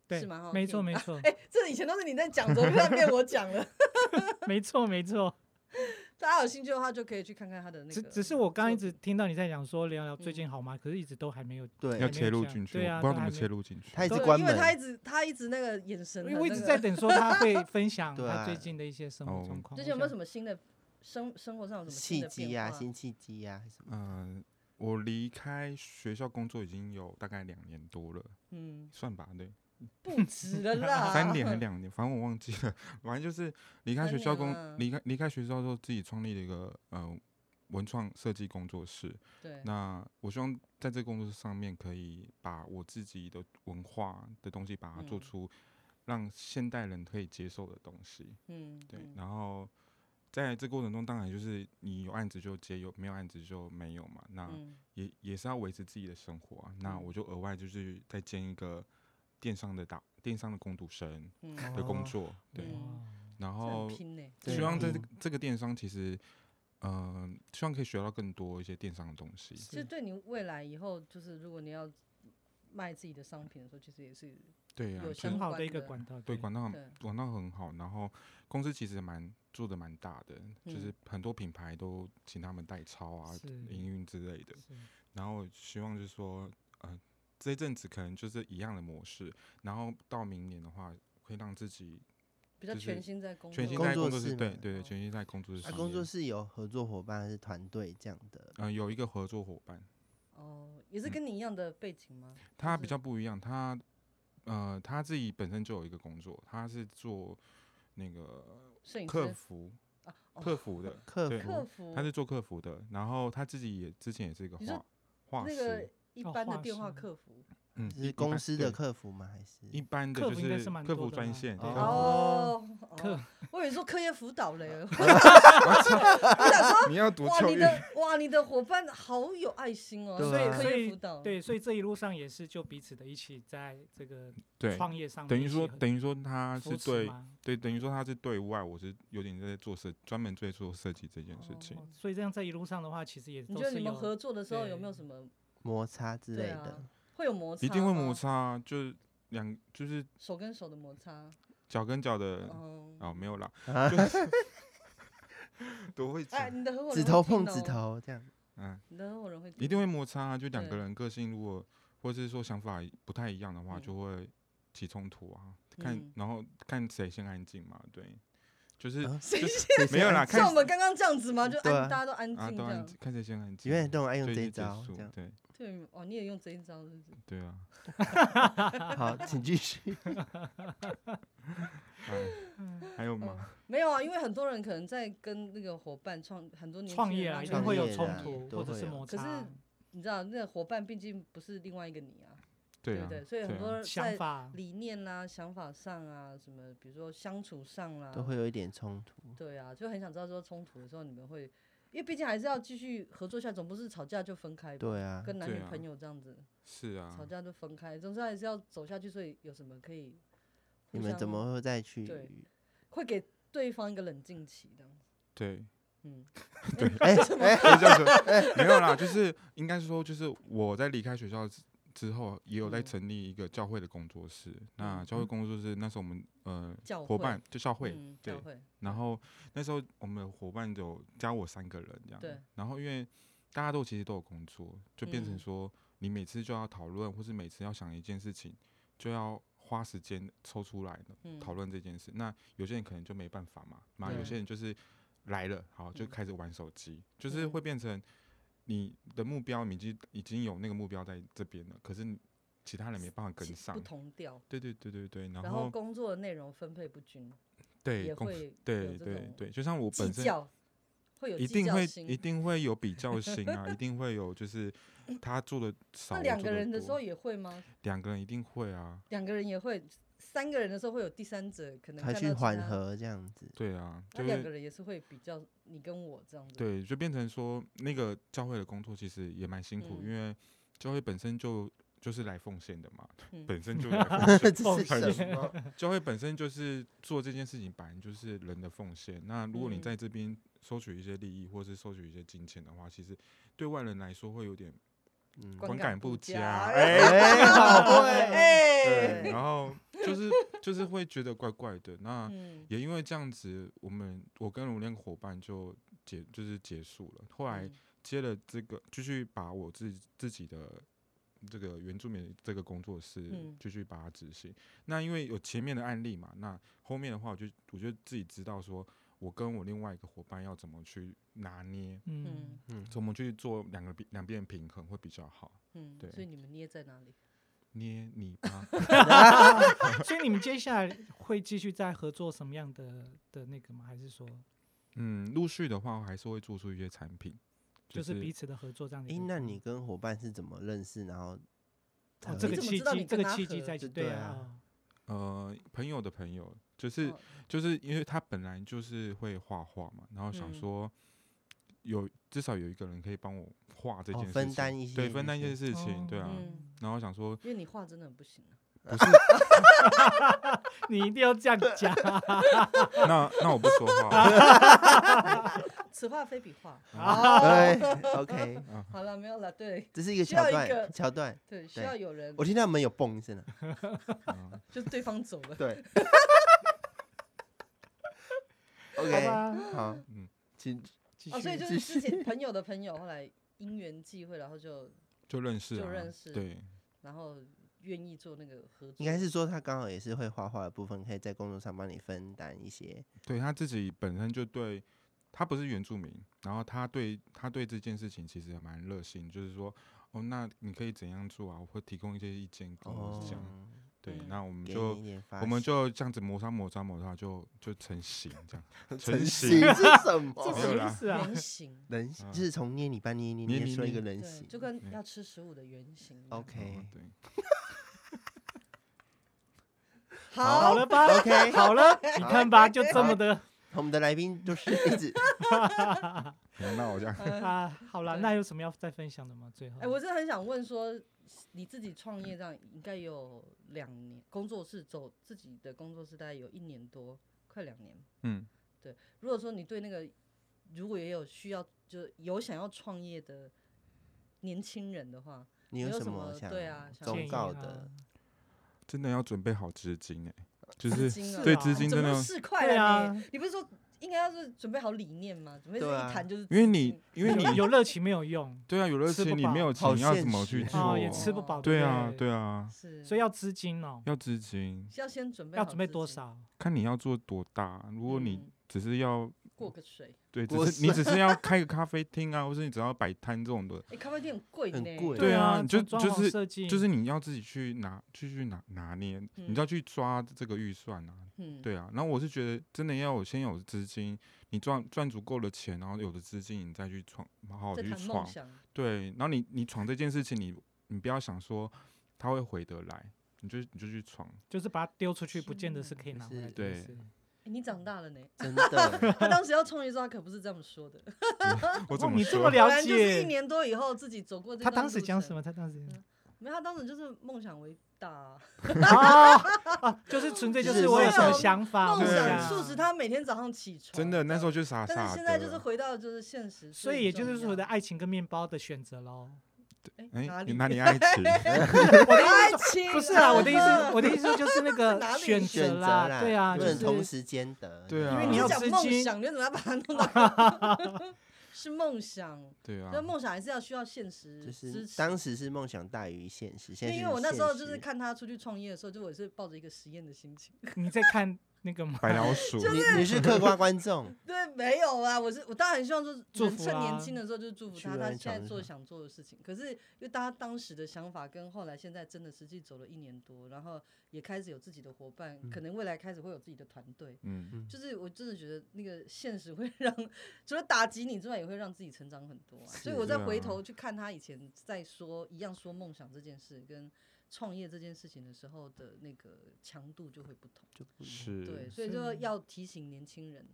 A: 对
B: 是蛮好，
A: 没错
B: 听
A: 没错
B: 哎、这以前都是你在讲，怎么突然变我讲了？
A: 没错没错。
B: 大家有兴趣的话，就可以去看看他 的那
A: 只
B: 个。
A: 只是我刚刚一
B: 作
A: 直听到你在讲说聊聊最近
B: 嗯
A: 好吗？可是一直都还没有，
C: 对
D: 要
A: 没
D: 切
A: 有
D: 入
A: 讲
D: 进去，
A: 对
D: 我
A: 啊
D: 不知
A: 都
D: 道怎
A: 还
D: 么
A: 没
D: 切入进去。
C: 他一直
A: 都
C: 关
B: 因为
C: 门，
B: 他一直他一直那个眼神
A: 因
B: 很那
A: 为
B: 个，
A: 我一直在等说他 会分享
C: 对
A: 他最近的一些生活状
D: 哦
A: 况。
B: 最
A: 我
B: 近有没
A: 想
B: 有什么新的生生活上有什么新
C: 契
B: 的
C: 机
B: 变
C: 呀，
B: 化？
C: 新契机啊呀，什么？
D: 嗯，我离开学校工作已经有大概两年多了，
B: 嗯，
D: 算吧，对，
B: 不止了 啦，
D: 三年还两年，反正我忘记了。反正就是离开学校
B: 啊三年
D: 工
B: 了，
D: 离开离开学校之后，自己创立了一个呃文创设计工作室。
B: 对，
D: 那我希望在这个工作室上面，可以把我自己的文化的东西，把它做
B: 嗯
D: 出让现代人可以接受的东西。
B: 嗯，
D: 对，
B: 嗯
D: 然后在这过程中，当然就是你有案子就接，有没有案子就没有嘛。那
B: 嗯
D: 也也是要维持自己的生活啊。那
B: 嗯
D: 我就额外就是再兼一个电商的打电商的工读生
B: 嗯，
D: 的
C: 哦
D: 工作，对。
B: 嗯
D: 然
B: 这很
D: 后
B: 拼呢，
C: 对
D: 希望
C: 这嗯
D: 在这个这个电商其实，嗯，希望可以学到更多一些电商的东西。
B: 其实对你未来以后，就是如果你要卖自己的商品的时候，其实也是
D: 对呀、
B: 有
D: 就
B: 相
A: 很
D: 是
A: 好的一
B: 关
A: 个
B: 的
A: 管道，
D: 对管道
B: 对
D: 很管道很好，然后公司其实蛮做的蛮大的，就是很多品牌都请他们代操啊、
A: 是
D: 营运之类的。
A: 是
D: 然后希望就是说，呃，这一阵子可能就是一样的模式，然后到明年的话，可以让自己
B: 比较
D: 就是
B: 全心在工作，
D: 全心
C: 工
D: 在
C: 作
D: 工作室，
C: 室
D: 对
C: 嘛
D: 对对，
B: 嗯
D: 全心在工作室
C: 他
D: 上
C: 啊
D: 面。
C: 工作室有合作伙伴还是团队这样的？
D: 嗯、有一个合作伙伴，
B: 哦，也是跟你一样的背景吗？
D: 他
B: 就
D: 比
B: 是
D: 较不一样，他呃他自己本身就有一个工作，他是做那个
B: 摄影
D: 客
B: 师
D: 服
B: 啊哦
D: 客服的，
C: 客
D: 对
B: 客
C: 服
B: 服，
D: 他是做客服的，然后他自己也之前也是一个
B: 你说
D: 画画
B: 那个
D: 师，
B: 一
A: 哦
B: 般的
A: 画
B: 电话
A: 师
B: 客服
D: 嗯，一
C: 是
D: 一
C: 公
D: 般
C: 司的
D: 对
C: 客服吗？还是
D: 一般的
A: 客
D: 就
A: 服应该
D: 是
A: 是蛮
D: 客
A: 多
D: 服
A: 的
D: 专
A: 啦
D: 线，
A: 对
D: 客服
B: 哦
C: 哦，
A: 客
B: 哦我以为说课业辅导 嘞，
D: 你要多
B: 哇，
D: 教
B: 你
D: 育。
B: 的哇，你的伙伴好有爱心哦，
C: 对
B: 所以
C: 啊
B: 可
A: 所
B: 以
A: 以
B: 辅导，
A: 对，所以这一路上也是就彼此的一起在这个
D: 对，
A: 创业上面
D: 等
A: 一
D: 于
A: 起
D: 说
A: 合
D: 等于说他
A: 扶
D: 是
A: 持
D: 对
A: 嘛
D: 对，等于说他是对外，我是有点在做设，专门在做设计这件事情。
A: 哦所以这样在一路上的话，其实也
B: 你
A: 都
B: 觉得
A: 是
B: 你们合
A: 有
B: 作的时候有
A: 对
B: 没有什么
C: 摩擦之
B: 对
C: 类
B: 啊
C: 的？
B: 会有摩擦？
D: 一定会摩，擦啊，就是两就是
B: 手跟手的摩擦。
D: 脚跟脚的
B: 嗯，
D: 哦，没有啦，
C: 啊
D: 就是都会
B: 哎，
D: 讲，
B: 你的合伙人
C: 指
B: 会
C: 头
B: 听
C: 碰指
B: 哦，
C: 头这样，
D: 嗯，
B: 你的合伙人会
D: 一
B: 听
D: 定会摩擦啊。就两个
B: 对
D: 人个性如果或者是说想法不太一样的话，
B: 嗯
D: 就会起冲突啊。看
B: 嗯，
D: 然后看谁先安静嘛，对，就是
C: 啊
B: 谁
D: 就
B: 先
D: 没有啦，看
B: 像我们刚刚这样子吗？就
C: 对
B: 安
C: 啊
B: 大家都安
D: 啊
B: 静
D: 都
B: 这
D: 安
B: 样
D: 静，，看谁先安静
C: 永远。都很爱用
D: 对
C: 这一
D: 就结
C: 招，
D: 束
C: 这样
D: 对
B: 对哦，你也用这一招，是不是？
D: 对啊。
C: 好，请继续。
D: 哎还有吗？
B: 没有啊，因为很多人可能在跟那个伙伴创很多年
A: 创
B: 轻人
A: 业啊，
B: 他
A: 一
B: 们
A: 定
C: 创
A: 会有
C: 业
A: 冲
C: 啦
A: 突
C: 都
A: 或者
C: 会
A: 是
C: 有
A: 摩
B: 可是
A: 擦，
B: 你知道那个伙伴毕竟不是另外一个你啊，
D: 对
B: 不
D: 啊
B: 对？，所以
D: 对
B: 很
D: 啊
B: 多人在
A: 想法
B: 理念啦、想法上啊，什么比如说相处上啦、
C: 都会有一点冲突。
B: 对啊，就很想知道说冲突的时候你们会，因为毕竟还是要继续合作下，总不是吵架就分开吧？
C: 对啊，
B: 跟男女
D: 对啊
B: 朋友这样子、
D: 是啊
B: 吵，架就分开，总之还是要走下去，所以有什么可以互
C: 你们
B: 相
C: 怎么会再去？
B: 对会给对方一个冷静期这样子？
D: 对，
B: 嗯，
C: 哎哎，
D: 就是这样 子没有啦，就是应该是说，就是我在离开学校之之后，也有在
B: 嗯
D: 成立一个教会的工作室。那
B: 嗯
D: 教会工作室那时候我们呃
B: 教
D: 伙
B: 会
D: 伴就教会，
B: 嗯，
D: 对
B: 教会，
D: 然后那时候我们的伙伴有加我三个人这样，
B: 对，
D: 然后因为大家都其实都有工作，就变成
B: 嗯
D: 说你每次就要讨论，或是每次要想一件事情，就要花时间抽出来的
B: 嗯
D: 讨论这件事。那有些人可能就没办法嘛，嘛
B: 对
D: 有些人就是来了，好就
B: 嗯
D: 开始玩手机，就是
B: 嗯
D: 会变成你的目标，你已经已经有那个目标在这边了，可是你其他人没办法跟
B: 其
D: 上
B: 不。同调，
D: 对对对对对，然
B: 然后
D: 后
B: 工作的内容分配不均，
D: 对
B: 也
D: 公
B: 会有
D: 对
B: 这
D: 对
B: 种
D: 对，就像我
B: 计
D: 本身
B: 较，会有
D: 一
B: 计
D: 定
B: 较
D: 会
B: 心
D: 一定会有比较心 啊，一定会有就是他做的少，
B: 那
D: 我
B: 两
D: 做
B: 个
D: 得
B: 人的时
D: 多
B: 候也会吗？
D: 两个人一定会啊，
B: 两个人也会，三个人的时候会有第三者可能
C: 才
B: 看
C: 去
B: 到其
C: 缓
B: 他，
C: 和这样子。
D: 对啊，
B: 那
D: 就
B: 两个
D: 是
B: 人也是会比较你跟我这样子。，
D: 对，就变成说那个教会的工作其实也蛮辛苦，
B: 嗯
D: 因为教会本身就就是来奉献的嘛，
B: 嗯
D: 本身就来
C: 这
D: 奉献，
C: 是
D: 很
C: 什么？
D: 教会本身就是做这件事情，本来就是人的奉献。那如果你
B: 嗯
D: 在这边收取一些利益，或是收取一些金钱的话，其实对外人来说会有点
C: 嗯
B: 观感
D: 观感
B: 不
D: 不
B: 佳
D: 佳， 哎，
C: 哎，好会，
B: 哎
D: 对，然后就是就是会觉得怪怪的。那
B: 嗯，
D: 也因为这样子，我们我跟我那个伙伴就结就是结束了。后来
B: 嗯
D: 接了这个，继续把我自己自己的这个原住民这个工作室
B: 嗯
D: 继续把它执行。那因为有前面的案例嘛，那后面的话我就我就自己知道说，我跟我另外一个伙伴要怎么去拿捏，
A: 嗯
B: 嗯，
C: 嗯，
D: 怎么去做两个比两边的平衡会比较好。
B: 嗯，
D: 对
B: 所以你们捏在哪里？
D: 捏泥巴
A: 所以你们接下来会继续再合作什么样的的那个吗？还是说
D: 嗯，陆续的话我还是会做出一些产品，
A: 就是
D: 是
A: 彼此的合作这样的一
C: 哎
A: 个？，
C: 那你跟伙伴是怎么认识？然后才
A: 哦
C: 会，
A: 这个
B: 你怎么
A: 契
B: 知道
A: 机，
B: 你
A: 这
B: 跟
A: 个
B: 他
A: 契机
B: 合
A: 在一起，
C: 对
A: 对
C: 啊
A: 啊，
D: 呃朋友的朋友，就是、
B: 哦
D: 就是因为他本来就是会画画嘛，然后想
B: 嗯
D: 说有至少有一个人可以帮我画这
C: 哦
D: 件事情，
C: 分担一
D: 对
C: 些
D: 分
C: 这
D: 担一些
C: 些
D: 事情，
A: 哦
D: 对啊。
B: 嗯
D: 然后想 说
B: 因为你画真的很不行啊。
D: 不是，
A: 你一定要这样讲，啊
D: 那那我不说话
B: 啊
D: 嗯
B: 此话非彼话。
C: 对，OK，
D: 啊，
B: 好了，没有了。对
C: 这是一个
B: 哦需
C: 桥
B: 要一个
C: 段，桥段。
B: 对，需
C: 对
B: 要有人
C: 我，听到门有嘣一声了，
D: 啊
B: 就是对方走了。
C: 对
A: 好
C: ，OK，
A: 吧？
C: 好，
D: 嗯
C: 请
A: 继
B: 哦，所以
A: 续，
B: 就是之前朋友的朋友，后来因缘际会，然后就
D: 就认识、啊，
B: 就认识
D: 对，
B: 然后愿意做那个合作。
C: 应该是说他刚好也是会画画的部分，可以在工作上帮你分担一些。
D: 对他自己本身就对他不是原住民，然后他对他对这件事情其实也蛮热心，就是说哦，那你可以怎样做啊？我会提供一些意见跟我讲，
C: 哦，
D: 对，
B: 嗯
D: 那我们
C: 给
D: 就
C: 你一点发
D: 我们
C: 想
D: 就这样子磨砂磨砂磨砂，就就成型这样。 成
C: 成
D: 型
C: 型 是什
A: 这什
C: 么？
D: 没有
A: 么意
D: 啦
A: 思啊？
B: 原 型，
C: 人
D: 啊
C: 就是从捏泥巴捏捏
D: 捏
C: 捏
D: 泥
C: 出了一个
D: 捏
C: 人
B: 对，
C: 形。
B: 就跟
D: 嗯
B: 要吃食物的原型一样。
D: 哦
C: OK，
D: 对，
A: 好
B: 好，
A: 了吧
C: OK
A: 好 了，你看吧，就这么的
C: 我们的来宾就是一直
D: 嗯那我这样
A: 啊。好了，
B: 对
A: 那有什么要再分享的吗？最后，
B: 哎，我真的很想问说，你自己创业这样应该有两年，工作室走自己的工作室大概有一年多，快两年。
D: 嗯，
B: 如果说你对那个，如果也有需要，就是有想要创业的年轻人的话，
C: 你
B: 有
C: 有
B: 什
C: 什
B: 么
C: 么想
B: 对啊想
C: 忠
A: 建议
C: 告
A: 啊
C: 的？
D: 真的要准备好资金哎、就
B: 资
D: 是
B: 金啊
D: 对
A: 是啊
D: 资金
B: 怎
D: 真的
B: 么
D: 要，
B: 是快
A: 对
B: 了
A: 啊
B: 你？你不是说应该要是准备好理念吗？准备是
C: 对啊
B: 一谈就是
D: 因为你
B: 资
D: 因为你
A: 啊有有热情没有用
D: 对啊，有了
A: 吃
D: 钱
A: 不
D: 你没
A: 饱
D: 有
C: 好
D: 钱，你要
C: 现
D: 怎么去
C: 实
A: 啊，
D: 做？
A: 也吃不饱。
D: 对
A: 不
D: 啊，对啊
B: 金，是，
A: 所以要资金哦，
D: 要资金，
B: 要先准备
A: 要
B: 好
A: 准备
B: 资
A: 多
B: 金？
A: 少？
D: 看你要做多大。如果你
B: 嗯
D: 只是要
B: 过个水，
D: 对，
C: 我
D: 只是你只是要开个咖啡厅啊，或是你只要摆摊这种的，
B: 哎，咖啡店很贵呢，
C: 很贵
D: 对啊
A: 啊，
D: 你就
A: 从装
D: 就
A: 潢
D: 是
A: 设计，
D: 就是你要自己去拿去去拿拿捏，你就要
B: 嗯
D: 去抓这个预算啊。
B: 嗯，
D: 对啊，然后我是觉得真的要有先有资金，你赚赚足够的钱，然后有的资金你再去闯，好好
B: 在
D: 地去
B: 谈梦
D: 闯。
B: 想，哎
D: 对，然后你你闯这件事情，你你不要想说他会回得来，你就你就去闯。
A: 就是把它丢出去，不见得
B: 天
A: 是可以
C: 哪
A: 拿
C: 就
A: 回来
C: 是
A: 的。
D: 对
A: 是
B: 哎你长大 了呢。
C: 真的，
B: 他当时要创业的时候，他可不是这么说的。啊
D: 我
A: 哦
D: 怎，么
A: 你这么
B: 果
D: 说？
A: 了
B: 然就是一
A: 解？
B: 年多以后自己走过这
A: 他
B: 段
A: 当时
B: 路
A: 讲
B: 程
A: 什？么？他当时
B: 没有，他当时就是梦想为大啊，
A: 啊啊，就是纯粹就
C: 就是
A: 是我有什么
B: 梦想
A: 想法，
B: 梦
A: 我
D: 对
B: 想
D: 啊
B: 促使他每天早上起床。
D: 真的那时候
B: 就
D: 就傻
B: 但是
D: 傻的。
B: 现在就是回到就是现实。
A: 所以也就是说我的，爱情跟面包的选择喽。
B: 哎，
D: 哎，
B: 哪
D: 你
B: 里？
D: 哪里爱 情？
A: 我的意
B: 爱
A: 思
B: 情
A: 说不是啊，我的意思，我的意思说就是那
B: 哪
A: 个
B: 里
A: 选
C: 选
A: 择
C: 择
A: 啦，
C: 啦，
A: 对啊，
C: 不
A: 就
C: 能同
A: 是
C: 时兼得。
D: 对啊
A: 因为
B: 你
A: 你
B: 是
A: 要
B: 讲
A: 吃
B: 梦
A: 鸡
B: 想，你怎么要把它弄到？ 是梦想，
D: 对啊
B: 但，梦想还是要需要现实
C: 就
B: 嗯支
C: 是
B: 持。
C: 当时是梦想大于现实，现
B: 因
C: 实
B: 为我那时候
C: 现
B: 就
C: 实
B: 是看他出去创业的时候，就我是抱着一个实验的心情。
A: 你在看那个吗？
D: 白老鼠，
C: 你你是客观观 众，
B: 对，没有啊，我是我当然很希望说，
A: 祝
B: 人
A: 福
B: 趁
A: 啊
B: 年轻的时候就祝福
C: 去
B: 他，
C: 啊
B: 他
C: 你
B: 现在
C: 讲得
B: 做
C: 很
B: 想做的事情。可是因为大家当时的想法跟后来现在真的实际走了一年多，然后也开始有自己的伙伴，
C: 嗯
B: 可能未来开始会有自己的团队。
D: 嗯，
B: 就是我真的觉得那个现实会让，除了打击你之外，也会让自己成长很多啊。所以我
D: 是
B: 再
D: 啊
B: 回头去看他以前在说一样说梦想这件事跟创业这件事情的时候的那个强度就会不同。
C: 就不
B: 对，
D: 是，
B: 所以
A: 是
B: 就要提醒年轻 人，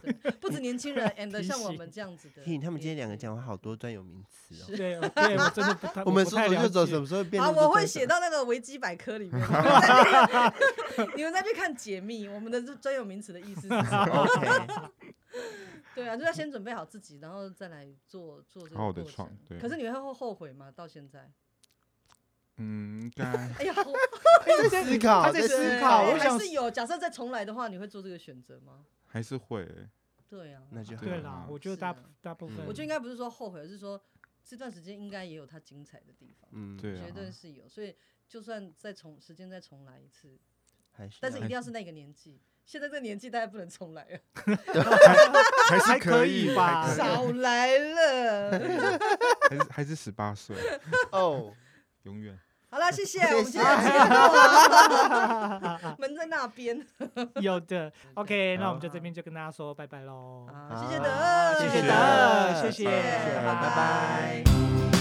B: 对，不止年轻人，and
A: 提
B: 像我
A: 醒
B: 们这样子的，
C: 听他们今天两个。讲话好多专有名词哦。
A: 对对，我真的不太，
C: 我们
A: 不
C: 说
A: 太
C: 走
A: 了
C: 就走，
A: 解
C: 什么时候变
B: 好，
C: 成
B: 我
C: 这
B: 会
C: 种
B: 写到那个维基百科里面你们再去， 你们再去看解密，我们的这专有名词的意思是什么？
C: OK，
B: 对啊，就要先准备好自己，然后再来做做这个
D: 好好的
B: 过
D: 创
B: 程，
D: 对
B: 可是你会后后悔吗？到现在？
D: 嗯，应该
B: 哎呀，后
C: 在
D: 啊
C: 思考，
A: 他在
C: 在
A: 思
C: 思
A: 考
C: 考，
B: 对
A: 我
B: 还
A: 想
B: 是有。假设再重来的话，你会做这个选择吗？
D: 还是会欸，
B: 对啊，
C: 那就好
A: 对
D: 了
A: 啦
D: 啊，
A: 我觉得
B: 是
A: 大
B: 啊
A: 部大部
C: 嗯
A: 分，
B: 我觉得应该不是说后悔，而是说这段时间应该也有它精彩的地方。
C: 嗯，
D: 对啊
B: 绝，对是有，所以就算再重时间再重来一次，
C: 还是
B: 但是一
C: 要
B: 定要是那个年纪。现在这个年纪大家不能重来了，
D: 还是
A: 还可以
D: 以
A: 吧
D: 还可
B: 少来了。
D: 还是还是十八岁，
C: 哦，
D: 永远。
B: 好啦，谢谢，
C: 谢
B: 我们今天的节目门在那边。
A: 有的。OK，那我们就
B: 好
A: 这边就跟大家说拜拜喽。
B: 好，谢谢
C: 好
B: 德，
A: 谢谢
D: 谢
A: 德，谢谢，
C: 谢谢
A: 拜
C: 拜
A: 拜
C: 拜。